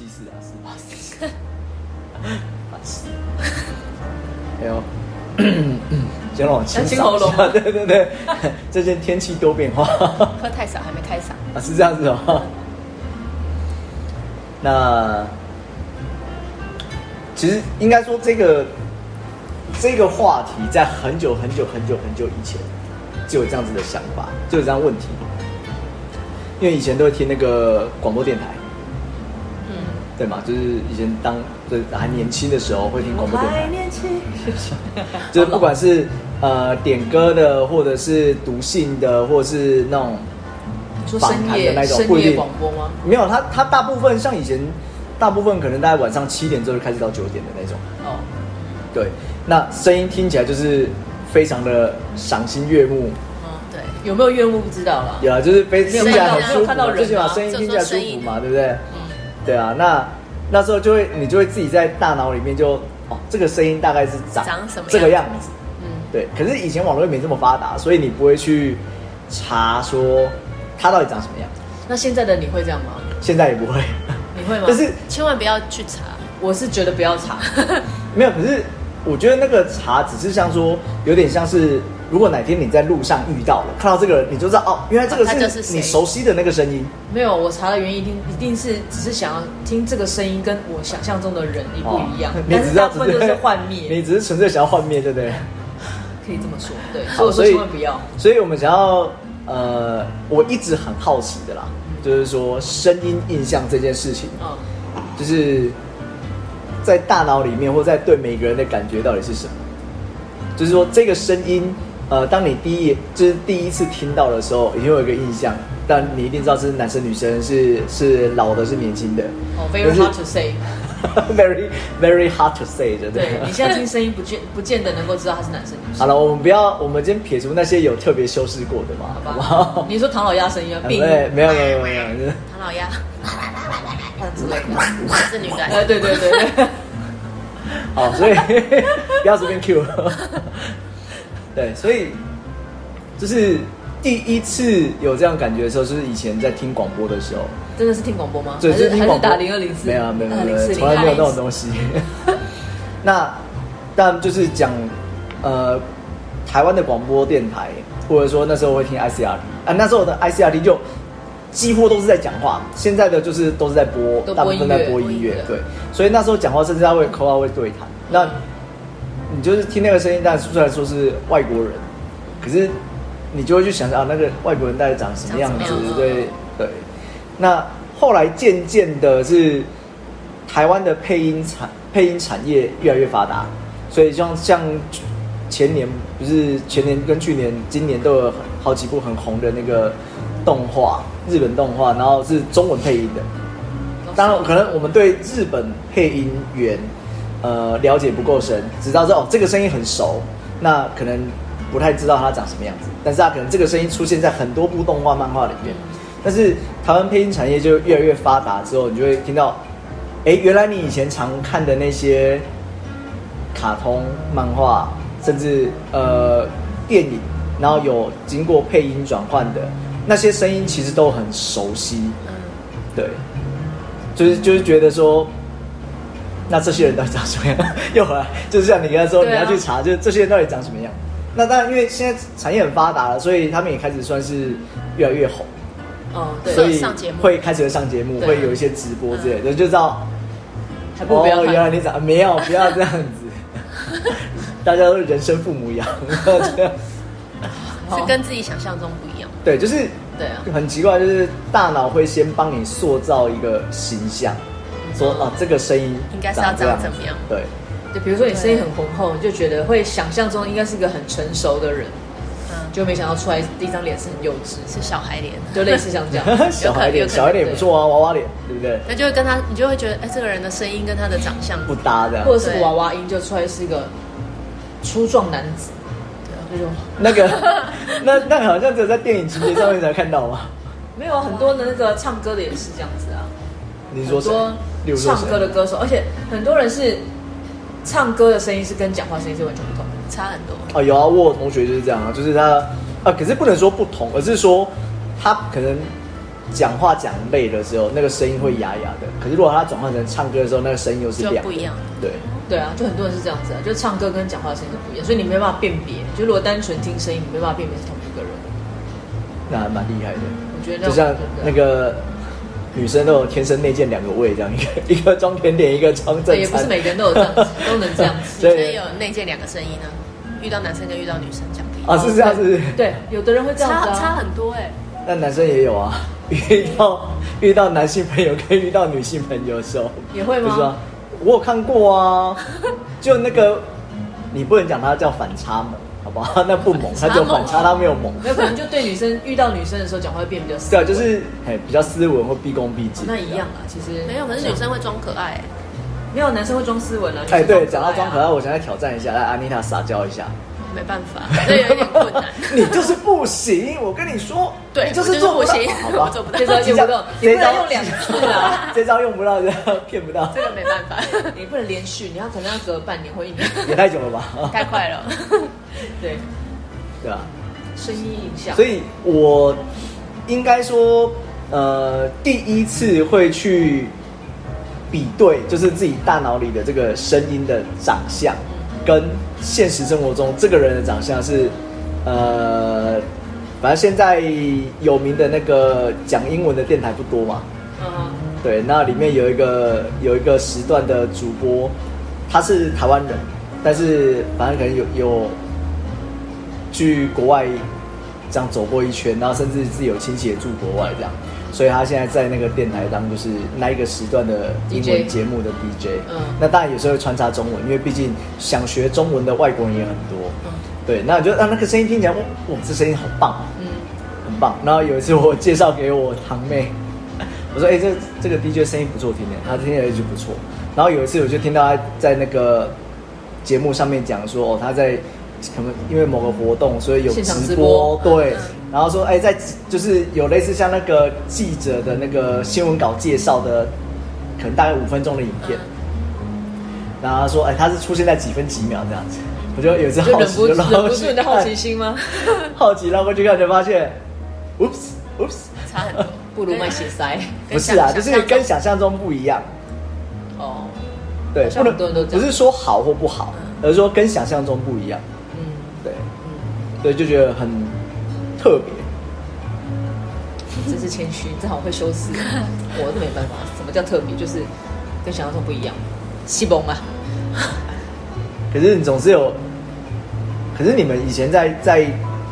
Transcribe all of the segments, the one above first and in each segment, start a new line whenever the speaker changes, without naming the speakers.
哇塞，哇塞，
哎 呦，先让我清
清
嗓
喉
一下
咙
对对对，最近天气多变化 啊，
喝太少还没开嗓。
是这样子哦。 那其实应该说这个这个话题在很久很久很久很久以前就有这样子的想法，就有这样问题，因为以前都会听那个广播电台。
嗯，
对嘛，就是以前当就是还年轻的时候会听广播电台，
年轻，
就是不管是呃点歌的，或者是读信的，或者是那种
你说
访谈
深
的那
夜
种，
深
不一
夜
定
广播
啊
吗？
没有，他他大部分像以前，大部分可能大概晚上七点之后就开始到九点的那种。
哦，
对，那声音听起来就是非常的赏心悦目，
嗯，对，有没有怨物不知道啦。
有啊，就是非听起来很
没
舒
有
服
看到，没有看到人
最
啊
起码声音听起来舒
只有
服
说
嘛，对不对？
嗯，
对啊，那那时候就会你就会自己在大脑里面就哦，这个声音大概是长
长什么样子
这个样子，
嗯，
对。可是以前网络又没这么发达，所以你不会去查说它到底长什么样。
那现在的你会这样吗？
现在也不会，
你会吗？
但是
千万不要去查。
我是觉得不要查，
没有，可是我觉得那个查只是像说，有点像是如果哪天你在路上遇到了，看到这个人，你就知道哦，原来这个
他就是
是
谁
你熟悉的那个声音。
没有，我查的原因一定一定是只是想要听这个声音跟我想象中的人一不一 样，
哦你
但
只
是
知道
大部分都是幻灭，
你只是纯粹想要幻灭，对不对？
可以这么说，对，所以
好
我说千万不要。
哦所以我们想要，呃，我一直很好奇的啦，就是说声音印象这件事情，
嗯，
就是在大脑里面或在对每个人的感觉到底是什么？就是说这个声音，呃，当你第一就是第一次听到的时候，已经有一个印象，但你一定知道这是男生女生，是是老的，是年轻的。
哦，very
可是
hard to say。
very very hard to say，真的。
对你现在听声音不见不见得能够知道他是男生女
好
生，
了，我们不要，我们今天撇除那些有特别修饰过的嘛，好
好
不
吧
好？？
你说唐老鸭声音啊，病
对， 没有没有没有，就是
唐老鸭
啊之类的，
是女
哎，
的，
对对对对，
好，哦所以 不要随便 Q。对，所以就是第一次有这样感觉的时候，就是以前在听广播的时候，
真的是听广播吗？
对，
还是
就是听
还
广
是
播
打零二零四？
没有啊没有没有
零
没
四
有，
零
从来没有那种
二。
东西。 那但就是讲呃，台湾的广播电台，或者说那时候会听 ICRT 啊，那时候的 ICRT 就几乎都是在讲话，现在的就是都是在播，
都播
大部分在
音乐
播
播
音
音
乐
乐，
对，所以那时候讲话甚至他会口号会对谈，那你就是听那个声音，但虽然说是外国人，可是你就会去想想啊，那个外国人大概长什么样子
长什么样？子
对对。那后来渐渐的是台湾的配音产配音产业越来越发达，所以像像前年不是前年跟去年、今年都有好几部很红的那个动画，日本动画，然后是中文配音的。当然，可能我们对日本配音员呃了解不够深，只知道说哦这个声音很熟，那可能不太知道他长什么样子，但是他可能这个声音出现在很多部动画、漫画里面。但是台湾配音产业就越来越发达之后，你就会听到，哎，原来你以前常看的那些卡通、漫画，甚至呃电影，然后有经过配音转换的那些声音，其实都很熟悉。对，就是就是觉得说，那这些人到底长什么样？ 又回来，就是像你刚才说，你
对啊
要去查，就是这些人到底长什么样。那当然，因为现在产业很发达了，所以他们也开始算是越来越红，
嗯，
所
对，
以
上节目
会开始上节目，
对
会有一些直播之类的，就知道
还不如不要
哦，
看
原。来你长没有，不要这样子， 大家都是人生父母养，这样
哦
是跟自己想象中不一样。
对，就是
对啊，
很奇怪，就是大脑会先帮你塑造一个形象，说啊这个声音
应该是要
这样
长怎么样
对，
就比如说你声音很浑厚，你就觉得会想象中应该是一个很成熟的人，
嗯，
就没想到出来第一张脸是很幼 稚，
是小孩脸，
就类似像这样。
小孩脸，
有可能
小孩脸也不错啊，娃娃脸，对不对？
那就会跟他，你就会觉得，哎，这个人的声音跟他的长相
不搭这样
或。者是娃娃音就出来是一个粗壮男子，对，就种
啊那 个，那那好像只有在电影情节上面才看到嘛。
没有啊很多的那个唱歌的也是这样子啊，
你说
很
谁？例
多
如说
唱
谁
歌的歌手，而且很多人是唱歌的声音是跟讲话声音是完全不同的，
差很多。
啊，有啊，我有同学就是这样啊，就是他啊，可是不能说不同，而是说他可能讲话讲累的时候，那个声音会哑哑的。可是如果他转换成唱歌的时候，那个声音又是
就
亮的，
不一样了
对，
对啊，就很多人是这样子啊，就唱歌跟讲话的声音是不一样，所以你没办法辨别。就如果单纯听声音，你没办法辨别是同一个人。
那还蛮厉害的。
我觉得
就像那个女生都有天生内建两个胃，这样一个 一个装甜点，一个装正
对，也不是
餐。
每个人都有这样子，都能这样子。
对
所以有内建两个声音呢，遇到男生跟遇到女生这样不一样，
啊，是这样，是不是？
哦对，有的人会这样
差
子
差
啊。
很多哎、
那男生也有啊， 遇到遇到男性朋友跟遇到女性朋友的时候，
也会吗
不是啊，我有看过 啊，就那个你不能讲它叫反差萌，好不好？那 不萌，它
反差萌
叫
啊
反差，它没有萌。
没有可能就对女生遇到女生的时候讲话会变比较斯
对啊，
文，
就是哎比较斯文或毕恭毕
哦
敬、
那一样。啊。其实
没有，可是女生会装可爱、欸，
没有男生会装斯文啊。
哎，对，
女生
讲到
装可
装
爱啊
可爱，我想再挑战一下，来安妮塔撒娇一下。
嗯
没办法，这有点困难。
你就是不行，我跟你说，
对
你就
我
是
就是
做
不
到
行
好吧？
我做不到
这招用不到，你
这
不能
招
用两次 啊，
这招用不到，这招骗不到
这，个没办法，
你不能连续，你要可能要隔半年或一年。
也太久了吧？
太快 了。
对，
对啊，
声音影响。
所
以
以我应该说，呃，第一次会去比对，就是自己大脑里的这个声音的长相，跟现实生活中这个人的长相是，呃，反正现在有名的那个讲英文的电台不多嘛，
嗯，
对，那里面有一个有一个时段的主播，他是台湾人，但是反正可能有有去国外这样走过一圈，然后甚至自己有亲戚也住国外这样，所以他现在在那个电台当就是那一个时段的英文
DJ
节目的 DJ。
嗯
那当然有时候会穿插中文，因为毕竟想学中文的外国人也很多。
嗯
对，那你就让啊那个声音听起来，哇，哇这声音好棒哦、
嗯，
很棒。然后有一次我介绍给我堂妹， 我说：“哎、这这个 DJ 声音不错听的，她听起来就不错。”然后有一次我就听到她在那个节目上面讲说：“哦，她在可能因为某个活动，所以有
现场直
播，
播嗯
对。然后说：“哎、在就是有类似像那个记者的那个新闻稿介绍的，可能大概五分钟的影片。
嗯
然后她说：“哎、她是出现在几分几秒这样子。”我就有一次
就
好
忍
奇，哎就
不
绕
忍不
过
住
去
你的好奇
看
心吗？
好奇绕过去看，才发现，oops oops，
差很多，
不如卖血塞。
不
跟
是啊，
想
就是跟想象中不一样。
哦，
对，不
好像
能
很多人都这
不
样
是说好或不好，而是说跟想象中不一样。
嗯，
对，对，就觉得很特别。
真是谦虚，正好会修饰。我都没办法，什么叫特别？就是跟想象中不一样，西蒙嘛。
可是你总是有，可是你们以前在在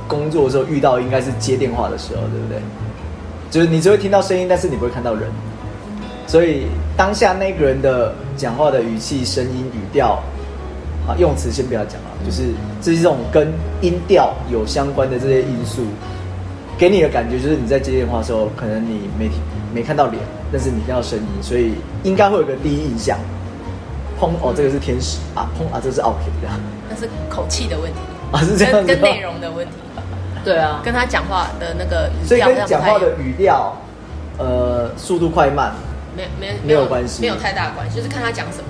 工作的时候遇到，应该是接电话的时候，对不对？就是你只会听到声音，但是你不会看到人，所以当下那个人的讲话的语气、声音、语调啊，用词先不要讲啊，就是这是这种跟音调有相关的这些因素，给你的感觉就是你在接电话的时候，可能你没听没看到脸，但是你听到声音，所以应该会有个第一印象。砰！哦，这个是天使啊！砰啊，这是 OK 的
那是口气的问题，
啊，是这样子
跟跟
吗
内，容的问题，
对啊，
跟他讲话的那个语
所以
调好
跟
像
讲
不太
话
一
的
样
语调，呃，速度快慢，
没没
没有关系
没有太大关系，就是看他讲什么。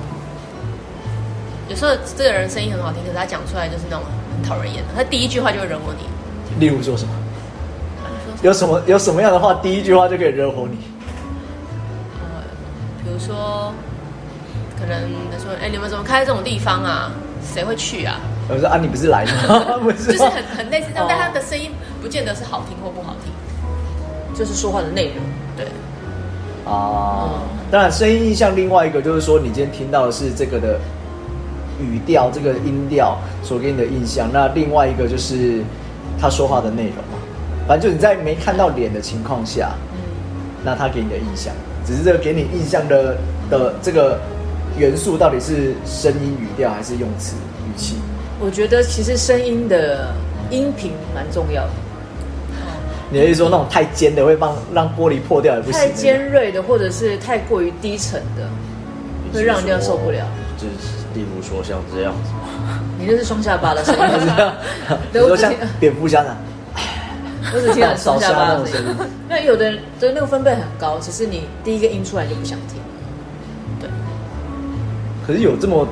有时候这个人声音很好听，可是他讲出来就是那种很讨人厌的，他第一句话就会惹火你。
例如说什么，
他就说什
有
么
什么有什么样的话，第一句话就可以惹火你。
呃，比如说，可能他说：“哎、你们怎么开在这种地方啊？谁会去 啊
我说啊，你不是来吗？ 不？”
就是是
吗，
很很类似这样
哦，
但他的声音不见得是好听或不好听。
就是说话的内容。
对，
嗯
啊。当然，声音印象另外一个就是说，你今天听到的是这个的语调，这个音调所给你的印象。那另外一个就是他说话的内容嘛，反正就你在没看到脸的情况下，
嗯
那他给你的印象，只是这个给你印象的的这个元素到底是声音语调还是用词语气？
我觉得其实声音的音频蛮重要的。
你的意思说那种太尖的会让让玻璃破掉也不行，
太尖锐的，或者是太过于低沉的，会让人家受不了。
就是例如说像这样子，
你这是双下巴 的声
那种，，
音
比
对
如说
我只
像
听
蝙蝠侠呢，啊
我只 听到你双下巴
少虾那
的声音
种声音。
那有的人的那个分贝很高，其实你第一个音出来你就不想听。
可是有这么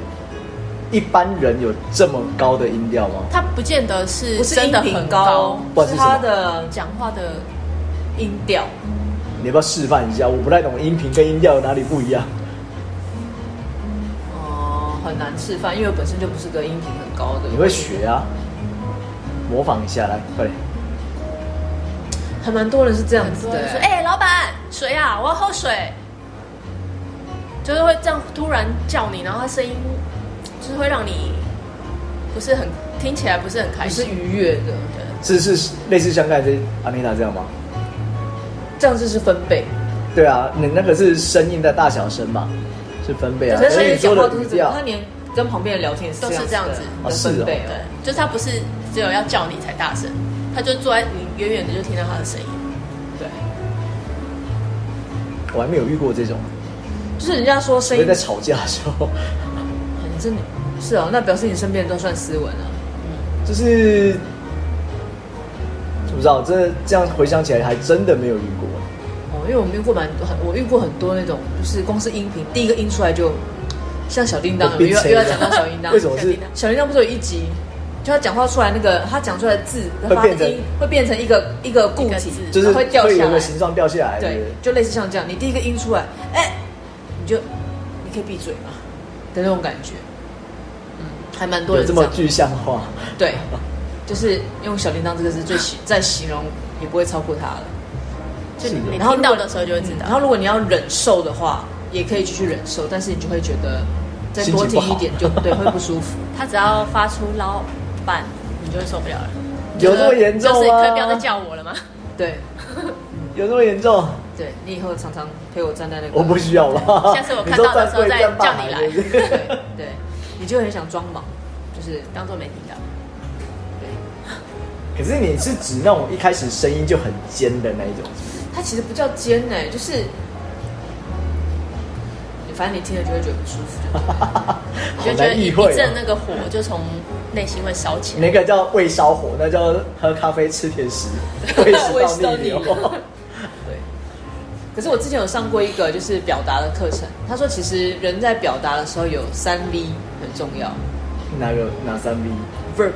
一般人有这么高的音调吗？
他不见得是
不是
真
音
的
频
很
高
高，
不然
是
是什么
它的
讲话的
音调。
你要不要示范一下？我不太懂音频跟音调哪里不一样。
哦、很难示范，因为我本身就不是个音频很高的。
你会学啊？模仿一下来，快点。
还蛮多人是这样
很
子
多
的、
人说：“哎、老板，水啊，我要喝水。”就是会这样突然叫你，然后他声音就是会让你不是很听起来不是很
哎
开
还是
心。
愉悦的，
是是类似像刚才阿妮塔这样吗？
这样就是分贝。
对啊，你那个是声音的大小声嘛，是分贝啊。
可是
所以
声
你
音讲
说
话
的
都
语
是这
调
样，他连跟旁边人聊天也是
都是
这样
这样子
的的分贝
哦
哦、
对，就是他不是只有要叫你才大声，他就坐在你远远的就听到他的声音。
对，
我还没有遇过这种，
就是人家说
所
声
以
音
在吵架的时候，
很真的是哦，那表示你身边人都算斯文啊。
就是不知道，真的这样回想起来，还真的没有遇过。
哦，因为我们遇过蛮多很，我遇过很多那种，就是光是音频第一个音出来就像小叮当，
我
又
变
要
谁
又
了
要讲到小叮 当，
为什么是？
小铃铛不是有一集，就他讲话出来那个，他讲出来的字
会
发
变
的
成
音会变成一个一个
一
固
个
体
字，
就是
然后会掉
会
下
有
来
个。形状掉下来，对
对，就类似像这样，你第一个音出来，哎、你就你可以闭嘴嘛的那种感觉。嗯，还蛮
不
多
对，有
人
这
这
么
样
具象化。
对，就是用小铃铛这个字最形再形容也不会超过它了。
就是你
然后
听到
如果
的时候就会知
嗯
道。
然后如果你要忍受的话，也可以继续忍受，但是你就会觉得再多听一点
心情
就
不好
对会不舒服。
他只要发出“老板”，你就会受不了了。
有这么严重
就是
吗？
可以不要再叫我了吗？
对，
有这么严重？
对你以后常常陪我站在那个，
我不需要了。
下次我看到的时候再叫你来
你说站柜站吧
对对，你就很想装忙，就是
当做没听到。
可是你是指那种一开始声音就很尖的那一种，
它其实不叫尖呢、欸就是反正你听了就会觉得不舒服，就 对了
你
好
就
难意会
觉得一一阵
哦。
那个火就从内心会烧起
你
来。
那个叫未烧火，那叫喝咖啡吃甜食，胃食到逆
胃食到
流。
对。可是我之前有上过一个就是表达的课程，他说其实人在表达的时候有三 V 很重要
哪个哪三 V？
，verb，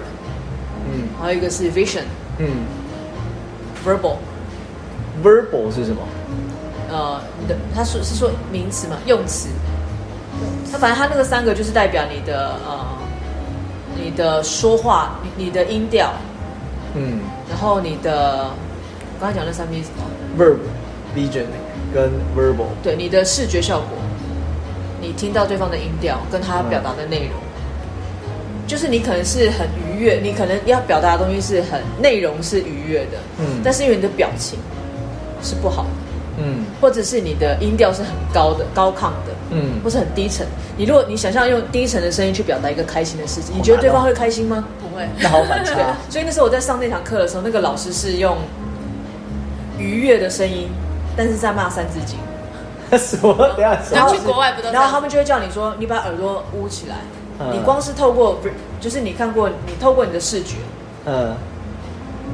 嗯
还有一个是 vision
嗯
verbal，
，verbal 是什么？
呃，你的他说是说名词嘛，用词。那反正他那个三个就是代表你的呃，你的说话，你你的音调，
嗯
然后你的我刚才讲那三 V 是什么？
，verb、vision 跟 verbal。
对你的视觉效果，你听到对方的音调跟他表达的内容，
嗯
就是你可能是很愉悦，你可能要表达的东西是很内容是愉悦的，
嗯
但是因为你的表情是不好的，
嗯
或者是你的音调是很高的、高亢的，
嗯
或，是很低沉。你如果你想象用低沉的声音去表达一个开心的事情，你觉得对方会开 心吗？
不会，
那好反差。
所以那时候我在上那堂课的时候，那个老师是用愉悦的声音，但是在骂三字经。
什么？等一下什
然
么
后？去国外不都这样
然后他们就会叫你说，你把耳朵捂起来。
嗯
你光是透过，就是你看过，你透过你的视觉，
嗯，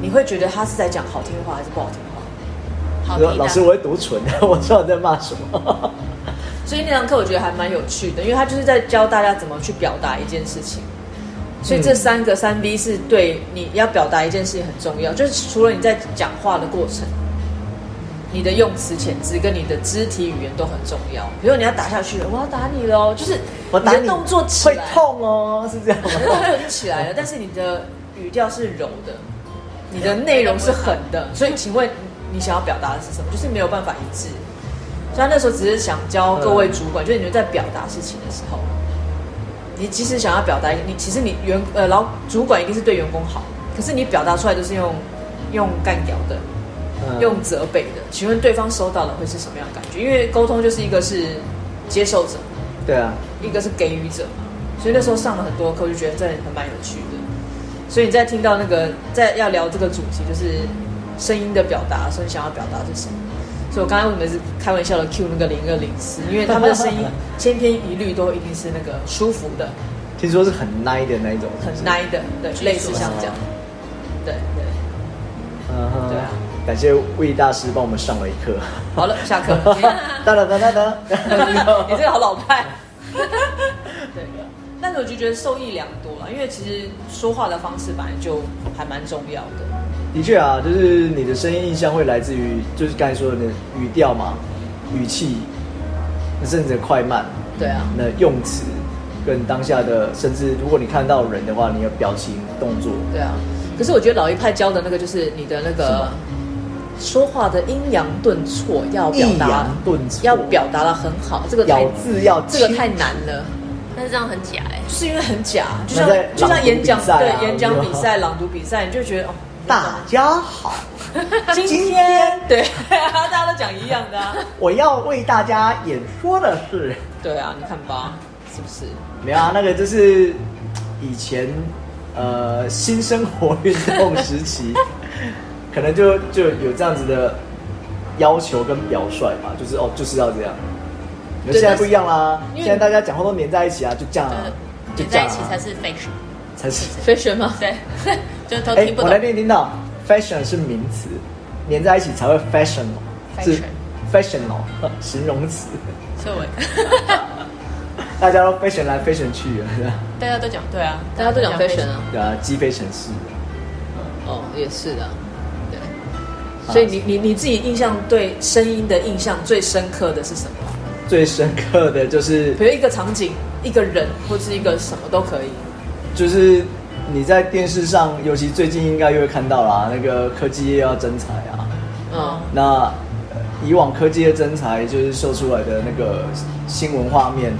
你会觉得他是在讲好听话还是不好听话。
好
说
听
老师，
的。
我会读唇， 我知道你在骂什 么。
所以那堂课我觉得还蛮有趣的，因为他就是在教大家怎么去表达一件事情。所
嗯
以这三个三 B 是对你要表达一件事情很重要，就是除了你在讲话的过程，你的用词遣词跟你的肢体语言都很重要。比如你要打下去了，我要打你了哦，就是
我打
你
你
的动作起
会
来
痛哦，是这样
你的
吗？
朋友就起来了，但是你的语调是柔的，你的内容是狠的，所以请问你想要表达的是什么？就是没有办法一致。所以他那时候只是想教各位主管，就是你们在表达事情的时候，你即使想要表达，你其实你员呃老主管一定是对员工好，可是你表达出来都是用用干掉的，
嗯
用责备的。请问对方收到了会是什么样的感觉？因为沟通就是一个是接受者，
对啊，
一个是给予者嘛，所以那时候上了很多课，我就觉得这还蛮有趣的。所以你在听到那个在要聊这个主题，就是声音的表达，所以你想要表达是什么？所以我刚才为什么是开玩笑的 Q 那个零二零四，因为他们的声音千篇一律，都一定是那个舒服的、
听说是很 nice 的那一种，
很
是不是
nice 的，对，
拘束
类似像这样
啊，
对对。
嗯哼
对啊
感谢魏大师帮我们上了一课。
好了，下课。
哒哒哒哒哒。
你这个好老派。 对，但是我就觉得受益良多了，因为其实说话的方式本来就还蛮重要的。
的确啊，就是你的声音印象会来自于，就是刚才说的你的语调嘛、语气，甚至快慢，
对啊，
那用词跟当下的，甚至如果你看到人的话，你的表情、动作，
对啊。可是我觉得老一派教的那个就是你的那个说话的阴阳顿挫要表
抑
达
扬顿挫
要表达的很好，这个太
咬字要
这个
清
太难了。
但是这样很假哎、
就是因为很假，就像
那在
就像演讲、
朗读比赛啊
对演讲
我觉
比
得
赛、朗读比赛，你就觉得哦，
大家好，
今
今
天
天
对，大家都讲一样的、啊，
我要为大家演说的是，
对啊，你看吧，是不是？
没有啊，那个就是以前呃新生活运动时期， 可能就就有这样子的要求跟表率吧，就是哦就是要这样。那
对
现在
但是
不一样啦，
因为
现
呃
在大家讲话都黏在一起啊，就这样啊，就
连
这
呃在
样
一起
啊
才是 fashion，
才是。
fashion 吗？
对， 就都
哎、
听不
我
懂。
那天听到 fashion 是名词，黏在一起才会 fashion，是 fashion 哦， 形容词，
所以我
大家都 fashion 来 fashion 去了，
大家都讲对啊，
大家都讲 fashion 啊，
对啊，鸡飞城市。
哦，也是的，对。所以你你你自己印象对声音的印象最深刻的是什么？
最深刻的就是
比如一个场景、一个人或是一个什么都可以。
就是你在电视上，尤其最近应该又会看到啦，那个科技业要增财啊。
嗯，
那呃以往科技业增财就是秀出来的那个新闻画面，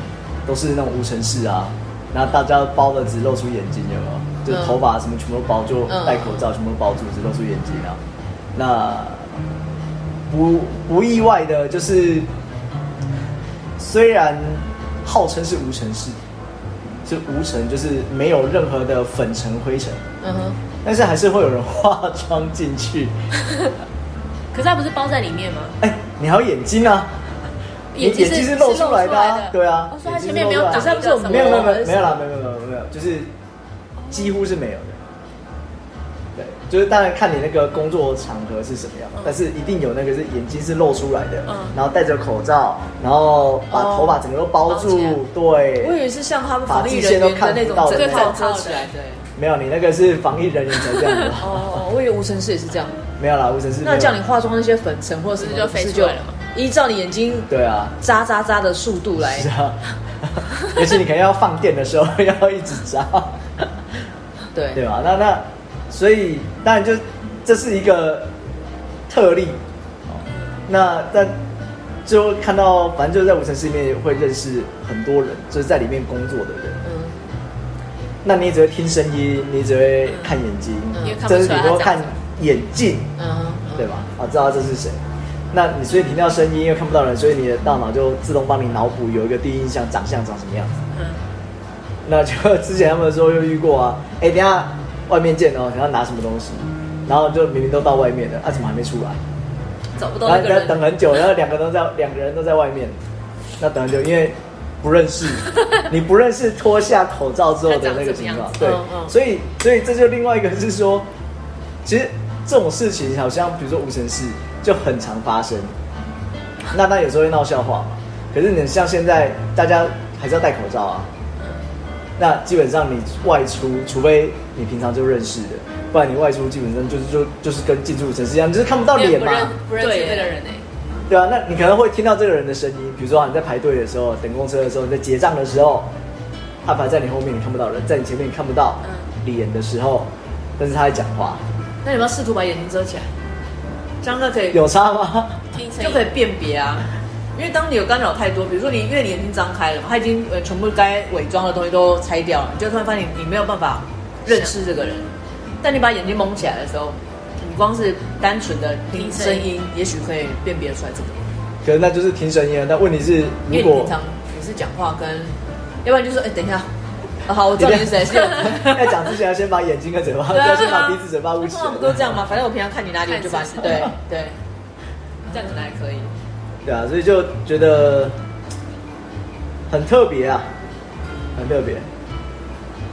都是那种无尘室啊，然后大家包的只露出眼睛，有没有？就是头发什么全部都包，就
嗯
戴口罩全部都包住，只露出眼睛啊。那不不意外的就是，虽然号称是无尘室，是无尘，就是没有任何的粉尘灰尘，
嗯哼，
但是还是会有人化妆进去。
可是它不是包在里面吗？
哎、你还有眼睛啊？
眼睛是
睛是露出来的、
是露出来
啊
的，
对啊。
哦所以它
眼睛
前面没有
露出来
挡
的
一个什么
没有没有没
还是
有没有啦，没有没有没有没有，就是几乎是没有的。对，就是当然看你那个工作场合是什么样，
嗯
但是一定有那个是眼睛是露出来的，
嗯
然后戴着口罩，然后把
哦
头发整个都包
包
住
起来，
我以
对。
为是像他们
把
防疫
这些
人
都
员的那
看
种
不到
整
的
套
那种
遮起来，对。，
没有，你那个是防疫人员才这样的
哦，我以为无尘室也是这样。
没有啦，无尘室没有。
那叫你化妆那些粉尘或者什么，
不是就
不是
飞出来了吗
依照你眼睛
对啊，
扎扎扎的速度来
是，啊，尤其你可能要放电的时候要一直扎。
对
对吧？那那所以当然就这是一个特例，哦那但最后看到，反正就是在五城市里面会认识很多人，就是在里面工作的人。
嗯，
那你也只会听声音，你只会看眼睛
嗯因为，
看不
真是
出来
顶
他
多
长
看眼镜，
嗯，
对吧？啊，知道这是谁。那你所以听到声音，因为看不到人，所以你的大脑就自动帮你脑补有一个第一印象长相长什么样子。
嗯，
那就之前他们说又遇过啊，哎、等一下外面见哦，你要拿什么东西，然后就明明都到外面了，啊，怎么还没出来？
找不到那
然后
个
然后
人，
等很久，然后两个都 在，两个人都在外面，那等很久，因为不认 识，你不认识脱下口罩之后的那个情况
他长什么样，子
对
嗯，嗯
所以所以这就另外一个是说，其实这种事情好像比如说无尘室就很常发生， 那那有时候会闹笑话嘛，可是你像现在大家还是要戴口罩啊，那基本上你外出，除非你平常就认识的，不然你外出基本上就是就就是跟进入城市一样，你就是看不到
因为
脸
不
嘛。
认不认识
对
那个人哎、
对啊，那你可能会听到这个人的声音，比如说啊你在排队的时候、等公车的时候、你在结账的时候，他排在你后面你看不到人，在你前面你看不到
嗯
脸的时候，但是他在讲话，
那你们要试图把眼睛遮起来，这样就可以
有差吗？
听声
就可以
音，
辨别啊。因为当你有干扰太多，比如说你因为你眼睛张开了嘛，他已经呃全部该伪装的东西都拆掉了，你就突然发现你你没有办法认识这个人。但你把眼睛蒙起来的时候，你光是单纯的听
听
声
声音
音，也许可以辨别出来这个人。
可能那就是听声音啊。但问题是，
因
如
为你
果
平常也是讲话跟，要不然就说哎、等 一下，啊、好，我知道你是谁，是
要讲之前要先把眼睛跟嘴巴，
对啊
要先把鼻子、嘴巴捂
通
起
常不都
来。
这样吗？反正我平常看你哪里，我就把
看
你
是不是
对对，这样可能还可以。
对啊，所以就觉得很特别啊，很特别，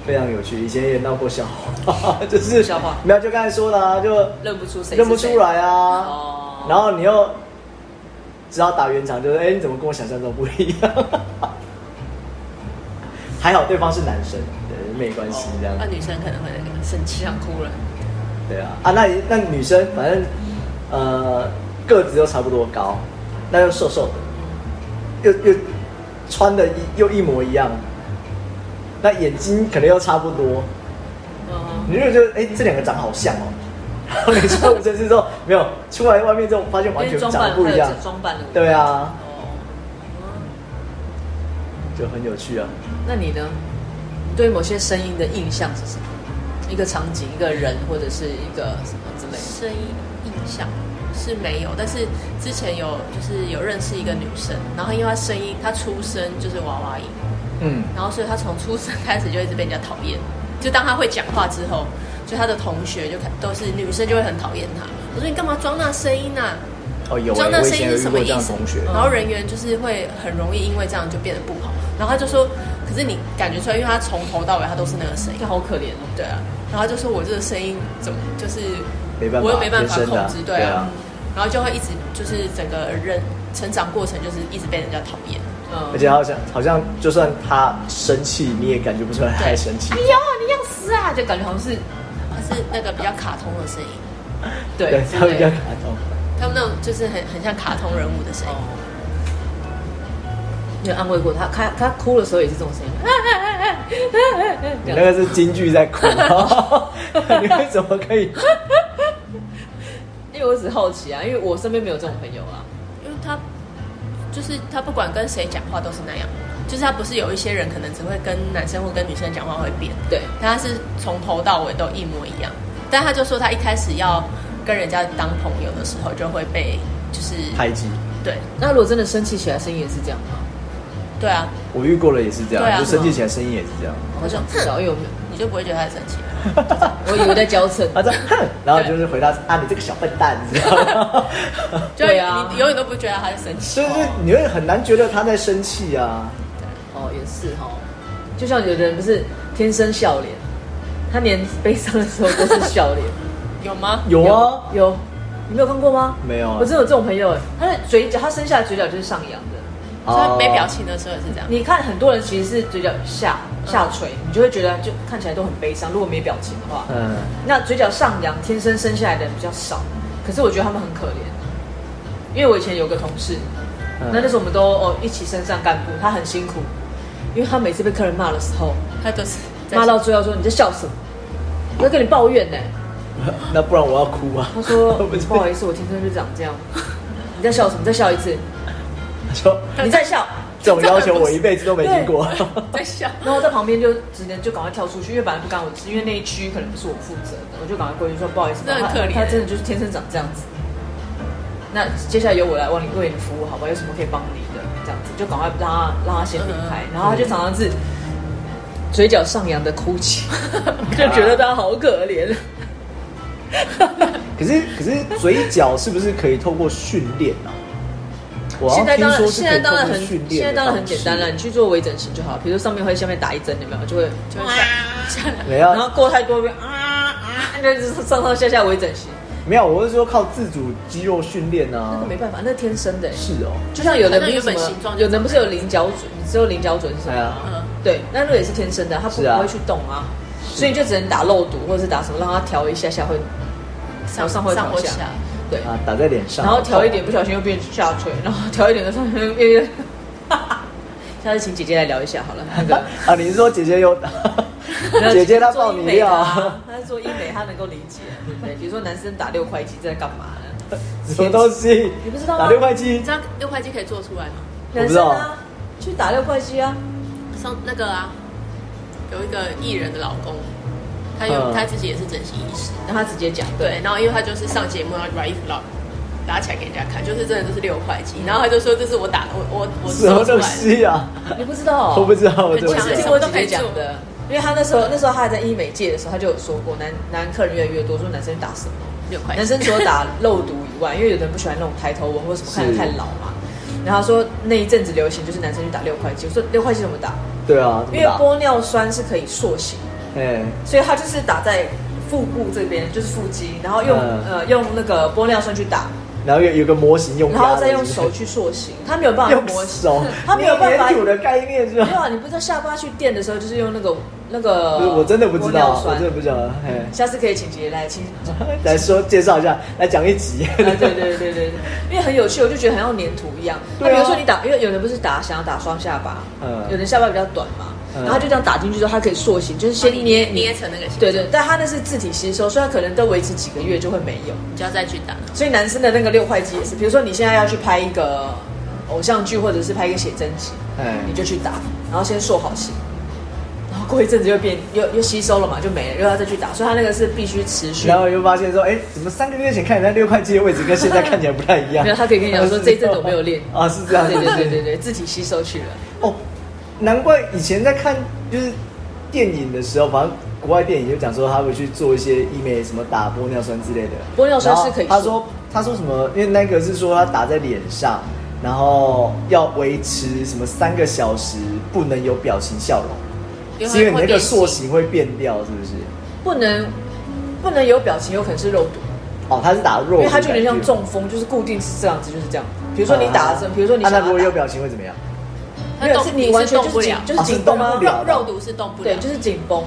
非常有趣。以前也闹过笑话， 就是
笑话
没有，就刚才说的啊，就
认不出谁，
认不出。来啊。
哦
然后你又知道打圆场，就是哎，你怎么跟我想象中不一样？ 还好对方是男生，对，没关系这样
那、。女生可能会那个生气想哭了，
对啊，啊，那你那女生反正呃个子又差不多高，那又瘦瘦的，又又穿的一又一模一样，那眼睛可能又差不多，
嗯，
你就觉得哎、这两个长好像哦。 然后你穿无尘室之后，没有出来外面之后，发现完
因为
全长
装
得
扮
不
会
一
有
样
这，装扮的，
对啊，
哦，
就很有趣啊。
那你呢？你对某些声音的印象是什么？一个场景、一个人，或者是一个什么之类的？嗯
声音印象是没有，但是之前有就是有认识一个女生，然后因为她声音，她出生就是娃娃音，
嗯，
然后所以她从出生开始就一直被人家讨厌。就当她会讲话之后，就她的同学就看都是女生就会很讨厌她。我说你干嘛装那声音啊？
哦有、
装
欸，
那
我以
声音
前有
是
遇
什么
过这
意
样的
思哦
同学，？
然后人缘就是会很容易因为这样就变得不好。然后他就说，可是你感觉出来，因为他从头到尾他都是那个声音
这，好可怜哦。
对啊。然后他就说我这个声音怎么就是
没办法，
我又没办法
天生
控
的啊
制，对
对
啊
啊。。
然后就会一直就是整个人成长过程就是一直被人家讨厌。
嗯，
而且好像好像，就算他生气，你也感觉不出来他在生气
哎。呦，你要死啊！
就感觉好像是
他是那个比较卡通的声音，
对之
他比
类
较
的
卡通。
他们那种就是很很像卡通人物的声音。
哦。你有安慰过他，他他哭的时候也是这种声音。
你那个是京剧在哭， 你为什么可以？
因为我只好奇啊，因为我身边没有这种朋友啊。
因为他就是他不管跟谁讲话都是那样，就是他不是有一些人可能只会跟男生或跟女生讲话会变，
对，
但他是从头到尾都一模一样。但他就说他一开始要跟人家当朋友的时候就会被就是
排挤？
对
那如果真的生气起来，声音也是这样吗？
对啊，
我遇过了也是这
对啊
样，就生气起来声音也是这样。
我想知道，因为我没有，
你就不会觉得他很生气。
我以为在娇 嗔。
他这样哼，然后就是回答啊，你这个小笨蛋，你知道吗？
就
对啊
你永远都不觉得他在生气。
所以就是你会很难觉得他在生气啊。
哦，也是哈、哦，就像有的人不是天生笑脸，他连悲伤的时候都是笑脸。
有吗？
有啊，
有，有你没有看过吗？
没有啊
我真的有这种朋友哎，他的嘴角，他生下来嘴角就是上扬的。
所以没表
哦。
情的时候也是这样。
你看很多人其实是嘴角下下垂，你就会觉得就看起来都很悲伤。如果没表情的话，
嗯，
那嘴角上扬，天生生下来的人比较少，可是我觉得他们很可怜，因为我以前有个同事，
嗯
那那时候我们都哦一起升上干部，他很辛苦，因为他每次被客人骂的时候，
他就是在
骂到最后说你在笑什么，我在跟你抱怨呢、
那不然我要哭啊。
他 说
不是
不好意思，我天生就长这样，你在笑什么？再笑一次，
他说
你再笑。
这种要求我一辈子都没听过。
在笑。
然后我在旁边就只能就赶快跳出去，因为本来不干我的事，因为那一区可能不是我负责的，我就赶快过去说不好意思，
那很可怜
他他真的就是天生长这样子。那接下来由我来为你为你服务，好吧？有什么可以帮你的？这样子就赶快让他让他先离开，
嗯
然后他就常常是嘴角上扬的哭泣， 就觉得他好可怜。
可是可是嘴角是不是可以透过训练啊？我好像
现在
听
当然
说是
现
可
在
以透
当然
过
很
训练的
现在当然很
方式
简单了，你去做微整形就好，比如说上面会下面打一针，有没有？就会就会下
下来
没
然后
有
过太多遍啊啊，那就是上上下下微整形，
没有，我是说靠自主肌肉训练
那
啊
个。没办法，那天生的欸。
是哦，
就像有的
那
不是
原
什
本
么
形状，就
有的不是有菱角准，你只有菱角准是
哎
吗？
呀，
嗯，
对，那那个也是天生的，他不
是啊
不会去动啊，所以你就只能打肉毒或者是打什么，让它调一下下会，调上会
上
调
或
下
下，，
对，
啊，打在脸上，
然后调一点不小心又变下垂，然后调一点的上面又变， 下次请姐姐来聊一下好了，那个。
啊，你是说姐姐 有？ 姐姐她爆你料啊，
她是做医美，她能够理解，对不对？比如说男生打六块肌在干嘛呢？
什么东西？
你不知道吗
打六块肌
你知道六块肌可以做出来吗？
我不
男
知道
生啊，去打六块肌啊，
上那个啊，有一个艺人的老公，他有、
嗯
他自己也是整形医师，
让他直接讲，
对，然后因为他就是上节目，然后把衣服拉拉起来给人家看，就是真的就是六块肌，然后他就说这是我打我我我
什么
做出
东
来的，
西啊？
你不知道哦、
我不知道，我
很
真的
我
不
是
知
听
道。
我姐姐讲的，因为她那时候那时候她还在医美界的时候，她就有说过，男男客人越来越多，说男生打什么，
六块肌，
男生除了打肉毒以外，因为有的人不喜欢那种抬头纹或者什么看起来太老 嘛。然后她说那一阵子流行就是男生去打六块肌，我说六块肌怎么打？
对啊，怎么
因为
打？
玻尿酸是可以塑形，
哎，
所以它就是打在腹部这边，就是腹肌，然后用、
嗯
呃用那个玻尿酸去打，
然后有有个模型用压
然
的，
后再用
是
手
不是
去塑形，它没有办法
用
模型
手，
它没有办法
粘土的概念是
没有
吧？
啊，你不知道下巴去垫的时候，就是用那个那个
不是，我真的不知
玻尿
道，我
酸
真的不知道。嘿，
下次可以请姐姐来请。
来说介绍一下，来讲一集。
啊，对对对对对，因为很有趣，我就觉得很像粘土一样。那
对啊
比如说你打，因为有人不是打想要打双下巴，
嗯
有人下巴比较短嘛，
嗯
然后他就这样打进去之后，它可以塑形，就是先捏
捏 捏成那个形
对
状，
对，但它那是自体吸收，所以它可能都维持几个月就会没有。
你就要再去打。
所以男生的那个六块肌也是，比如说你现在要去拍一个偶像剧或者是拍一个写真集，
哎
你就去打，然后先塑好形，然后过一阵子又变又又吸收了嘛，就没了，又要再去打，所以它那个是必须持续。
然后又发现说，哎，怎么三个月前看你那六块肌的位置，跟现在看起来不太一样？
没有，他可以跟你讲说这一阵子我没 有练
啊，是这样。
对对对对对，自体吸收去了。
哦，难怪以前在看就是电影的时候，反正国外电影就讲说他会去做一些医美，什么打玻尿酸之类的。
玻尿酸是
然后
可以
他
做
说他说什么？因为那个是说他打在脸上，然后要维持什么三个小时，不能有表情笑容，
因
是因为你
会
那
变
个
形
塑形会变掉，是不是？
不能不能有表情，有可能是肉毒，
哦，他是啊打弱，
因为它就有点像。中风，就是固定是这样子，就是这样。比如说你打针，比如说你
啊
想
那
要
如果有
打，
表情会怎么样？
它
没有
动
是你完全
动
就
不
是紧
了，
就是
哦是
紧绷啊
动不，了
肉肉毒是动不了
对，，就是紧绷。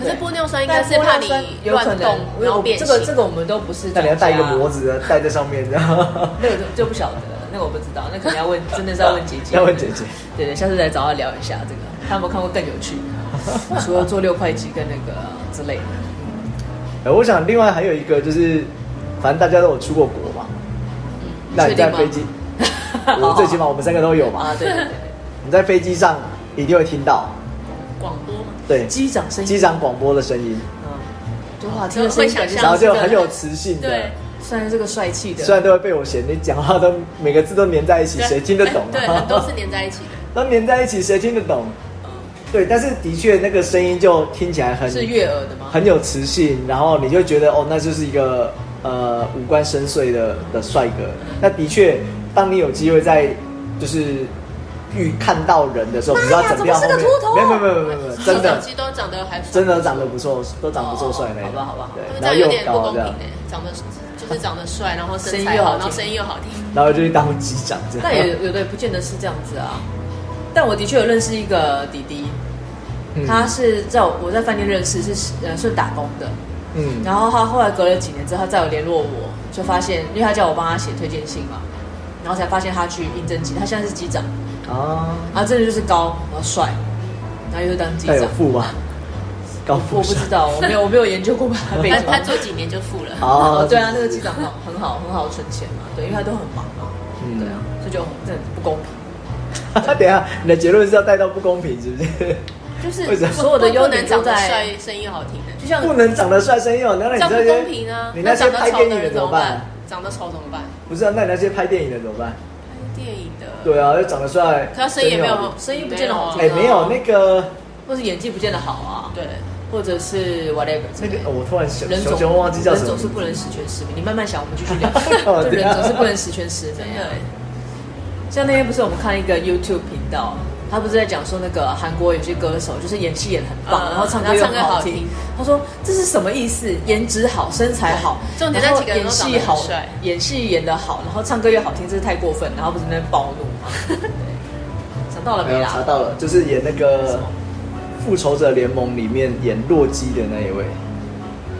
可是玻尿酸应该
但
是怕
玻尿酸
你
有
乱
可
动
能，
然后变
这
形。
个这个我们都不是专家，
那你要戴一个模子的戴在上面，然后
那个就就不晓得了，那个我不知道，那可能 要问，真的是要问姐姐，
要问姐姐。
对对，下次来找她聊一下这个，她有没有看过更有 趣的？除了做六块肌跟那个之类的，
呃，我想另外还有一个就是，反正大家都有出过国嘛，
嗯
那你在
确定吗
飞机，我最起码我们三个都有嘛
哦
啊，，对对对对，
你在飞机上一定会听到，
广播嘛，
对，
机长声音，
机长广播的声音，
嗯，就哇，听着声音感觉
这
然
样
后
像
子
是
就
个
很有磁性的
对，
虽然是个帅气
虽
的，
然都会被我嫌你讲话都每个字都粘在一起，
对
谁听得懂啊？
对，很多是嗯连在一起的，
都粘在一起，谁听得懂？对，但是的确那个声音就听起来很
是悦耳的吗？
很有磁性，然后你就觉得哦，那就是一个呃五官深邃的的帅哥。那的确，当你有机会在就是遇看到人的时候，
妈
不
呀
知道怎么样后面
怎么是个秃头，
没有没有没有没有没有，真 的
其实都长得还不错
真的长得不错，都长得不错帅那
哦好吧好吧好吧
对，
这
然
样
后
有
又
点不
高
公
这
平
样，
哎，长得就是长得帅，然后身
声音
材
又好
好，
听
然后声音又好听，
然后就去当机长这
但也
样。
有的也不见得是这样子啊。但我的确有认识一个弟弟，
嗯
他是在我我在饭店认识，是呃是打工的，
嗯，
然后他后来隔了几年之后，他再有联络我，就发现，因为他叫我帮他写推荐信嘛，然后才发现他去应征机，他现在是机长，
啊，
然后真的就是高，然后帅，然后又当机
那
长
有。富吗？哎高
我
富
不
帅
知道，我没有我没有研究过他 的背
他
景。
他做几年就富了。
啊
哦，对 啊，那个机 长很好很好很好存钱嘛，对，因为他都很忙嘛，
嗯
对啊，所以就很这很不公平。
等一下，你的结论是要带到不公平，是不是？
就是
为什么
所有的
不
优
能
点
长
都
得
在
帅，声音又好听的，
就像
不能长得帅声音哦，那你
这样
这
不
些
公平啊！
你那些
长得
拍
丑
电
的
影的
人
怎
怎
么
么
办
办？？长得丑怎么办？
不是啊，那你那些拍电影的怎么办？
拍电影的，
对啊，又长得帅，
嗯可他声音也没
真的
有啊
哦，
声音不见得好听
哎，没有那个
或是演技不见得好啊，
对，
或者是 whatever 之
那个
类的，
哦我突然想，
人
熊
总
熊忘记叫什
人
么啊
总
名
是
字，
不能十全十美。你慢慢想，我们继续
干嘛
聊。就
这样
人总是不能十全十美
真
啊
的。
像那天不是我们看一个 YouTube 频道，他不是在讲说那个韩国有些歌手就是演戏演得很棒，
嗯
然后唱歌又很好
然后唱歌好
听
听。
他说这是什么意思？颜值好，身材好，
重点
然后
那几个人
演
都长得
戏
很
好
帅，
演戏演得好，然后唱歌又好听，这是太过分。然后不是在那边暴怒 吗？对想到了
没
没
有
啦
哎查？到了，就是演那个《复仇者联盟》里面演洛基的那一位，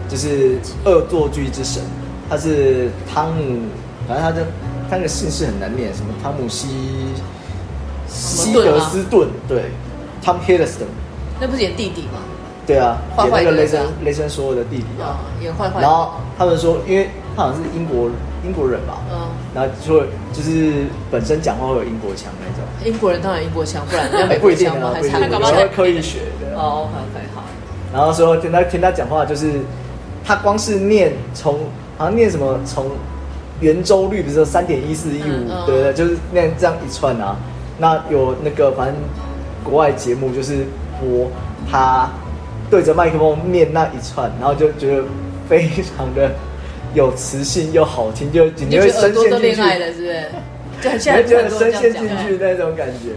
就是恶作剧之神，他是汤姆，反正他的他那个姓氏很难念，什么汤姆希希
顿
德
啊
斯顿，对，Tom Hiddleston。
那不是演弟弟吗？
对啊，
坏
演
坏
那个
的
雷
那
神
个
雷神索尔的弟弟啊
啊。，
嗯
演坏坏的。
然后他们说，因为他好像是英国英国人吧，
嗯
然后就会就是本身讲话会有英国腔那种，
英国人当 然有英国腔，不然人家美
不
国
一定
腔吗？
啊，
还
不一
是
定，
韩
他
有
搞
国
时
不好
腔
在
候会刻意学的。
哦，OK OK，好，
然后说听他听他讲话，就是他光是念从好像念什么从圆周率，比如说三点一四一
嗯
五，
嗯
对不对？就是念这样一串啊。那有那个反正国外节目就是播他对着麦克风念那一串，然后就觉得非常的有磁性又好听，就
你
你
就
会
觉得耳
深
朵
陷
都
进
恋
去，
爱了，是 不是？就很
你
像
会
很
觉
多
得
人都这
深
样
陷
讲
进
啊，
去那种感觉。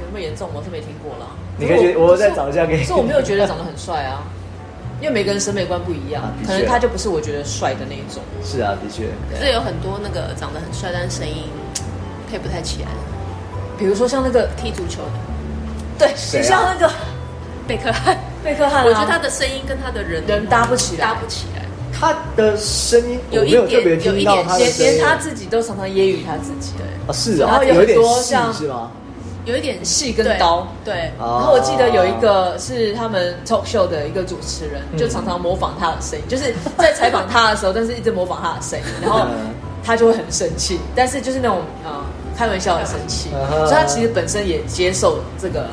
有那么严重吗？我是没听过啦。
你可以觉得
可是
我再找一下给你
可是我没有觉得长得很帅啊，因为每个人审美观不一样
啊，的
可
确
能他就不是我觉得帅的那一种。
是啊，的确，
可是有很多那个长得很帅，但是声音嘖配不太起来，
比如说像那个
踢足球的，
对，
谁啊
你像那个
贝克汉，
贝克汉啊
我觉得他的声音跟他的人
人搭不起来
搭不起来。
他的声音我
有一
没有
点
特别听到他的
有一
连
声
连
音。
他自己都常常揶揄他自己。对，
啊是啊，
然后有
有一点
很多
细
像
是吗？
有一点
细跟刀
对，对
哦
然后我记得有一个是他们 talk show 的一个主持人，
嗯
就常常模仿他的声音，就是在采访他的时候，但是一直模仿他的声音，然后
嗯
他就会很生气，但是就是那种呃开玩笑的生气，
嗯哼
所以他其实本身也接受这个。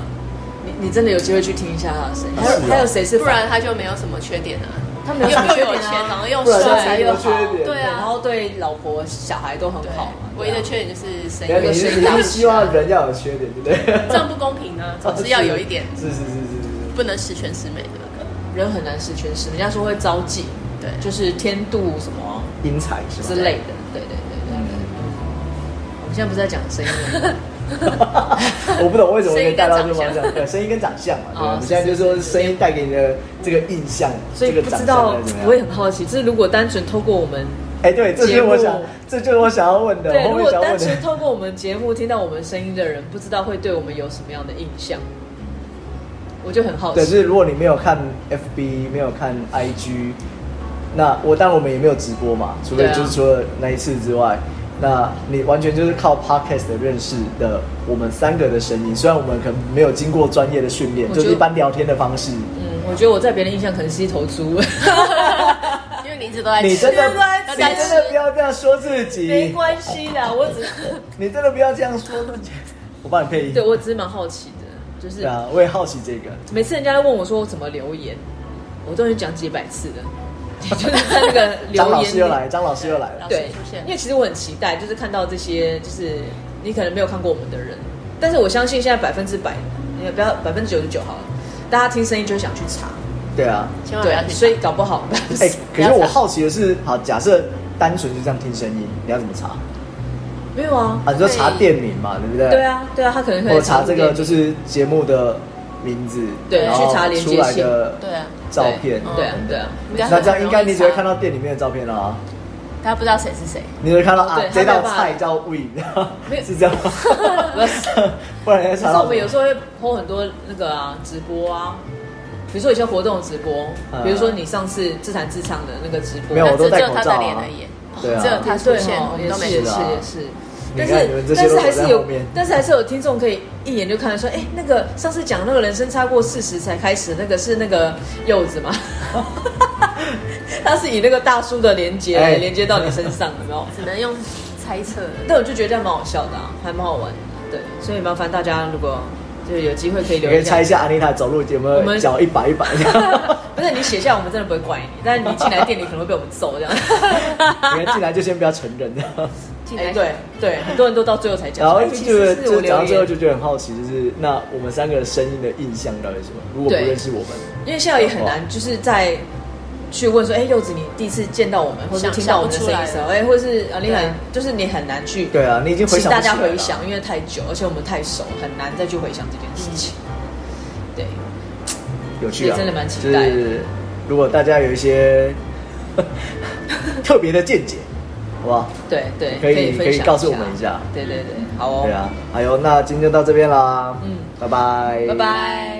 你你真的有机会去听一下他的声音，
啊
还有、
是啊
还有谁是
不
反
然他就没有什么缺点啊。
他
又
们
又有
缺
钱，
点
然
啊
后又
不然
帅
他
帅
又
又
好
缺点，
对啊
然后对老婆小孩都很好啊嘛。
唯一的缺点就是声
没有你
音，
是
声
你
音搭不
是
起来
希望人要有缺点，对不 对？
这样不公平呢，总是要有一点，
是是是哦是
不能十全十美的。
人很难十全十美，人家说会招忌，
对，
就是天妒什么
是，英才是吧？嗯
之类的。对对对对。我们现在不是在讲声音 吗
我不懂为什么可以带到这个方向，对，声音跟长相嘛，对吧，
哦
我们现在就是说声音带给你的这个印象，
所以
这个
不
长
知
相
道
该怎么，样
我也很好奇，就是如果单纯透过我们，
哎，对，这就是我想
节目，
这就是我想要问的，
对，
我
如
后面
果
想要
单
问
纯
的，
透过我们节目听到我们声音的人，不知道会对我们有什么样的印象，我就很好
对，就
奇。
是如果你没有看 FB，没有看 IG，那我当然我们也没有直播嘛，除非
对啊
就是除了那一次之外。那你完全就是靠 podcast 的认识的我们三个的声音，虽然我们可能没有经过专业的训练，
我
就
觉得
是一般聊天的方式。
嗯，我觉得我在别人印象可能是一头 猪。
因为你一直都
哎
在吃，
你真的，
对
你真的不要这样说自己。
没关系啦，我 只是
你真的不要这样说自己。我帮你配音。
对我只是蛮好奇的，就是
对啊，我也好奇这个。
每次人家问我说我怎么留言，我都已经讲几百次了， 就是在那个留言里。
张老师又来，张老师又来了。
对
对
出现，
因为其实我很期待，就是看到这些，就是你可能没有看过我们的人，但是我相信现在百分之百，也不要百分之九十九好了，大家听声音就会想去查，
对啊，
千万不
对
要，去
所以搞不好，
哎、可是
不
我
要查
好奇的是，好，假设单纯就这样听声音，你要怎么查？啊
没有啊，
啊，你就查
可以
店名嘛，对不对？
对。啊，对啊，他可能可
我
以
查这个就是是节目的名字，
对
然后
去查连接
出
性
来的
对啊，
照片，
对啊，对啊，
应该
那这样
很容易
应该你只会
查
看到店里面的照片啦、啊，
大家不知道谁是谁，
你只会看到啊
对
这
他没
道
有办法
菜叫 we，
没 有
是这样 吗？
不是
不然你要
可
查
是
到
我
什么
们有时候会 PO 很多那个啊直播啊，比如说有些活动直播，
嗯
比如说你上次自弹自唱的那个直播，
没有我都
那只
戴
有
口
他
罩啊
的脸而已，
对啊
只有他出
对
现，
哦
我们
也
都
是
没
也
事
是
啊
也是。
你
但
看
是
你们这些
但
都
是
躲
还
在
是
后
有
面，
但是还是有听众可以一眼就看得出，哎、那个上次讲那个人生超过四十才开始，那个是那个柚子吗？ 他是以那个大叔的连接、
哎
连接到你身上，有没 有？
只能用猜测。
但我就觉得这样蛮好笑的、啊，还蛮好玩的。对，所以麻烦大家如果就是有机会可以
你
留
可以
言，
猜一下安妮塔走路有没
我
有
们
脚一摆一摆的？
不是你写下，我们真的不会怪你，但是你进来店里可能会被我们揍这样。
你看进来就先不要承认，
进
哎、
来
对对，很多人都到最后才讲
然
说，
后
哎
就
其
觉
实
得
是
就
我
讲到
留
最后
言，
就觉得很好奇，就是那我们三个声音的印象到底是什么？如果不
对
认识我们，
因为现在也很
哦
难，就是在去问说，哎、柚子，你第一次见到我们，或是
想
听到我们的声音的时候，哎、或是啊，你
对
很就是你很难去，
对啊，你已经回
请
想
大
不起
家
来了
回想，因为太久，而且我们太熟，很难再去回想这件事情。
嗯
对，
有趣啊，
所以真的蛮期待的
就是如果大家有一些特别的见解，好不好？
对对，
可以
分
可以
享
告诉我们一下啊
对对对，好哦，
对啊，还有那今天就到这边啦，
嗯，
拜拜，
拜拜。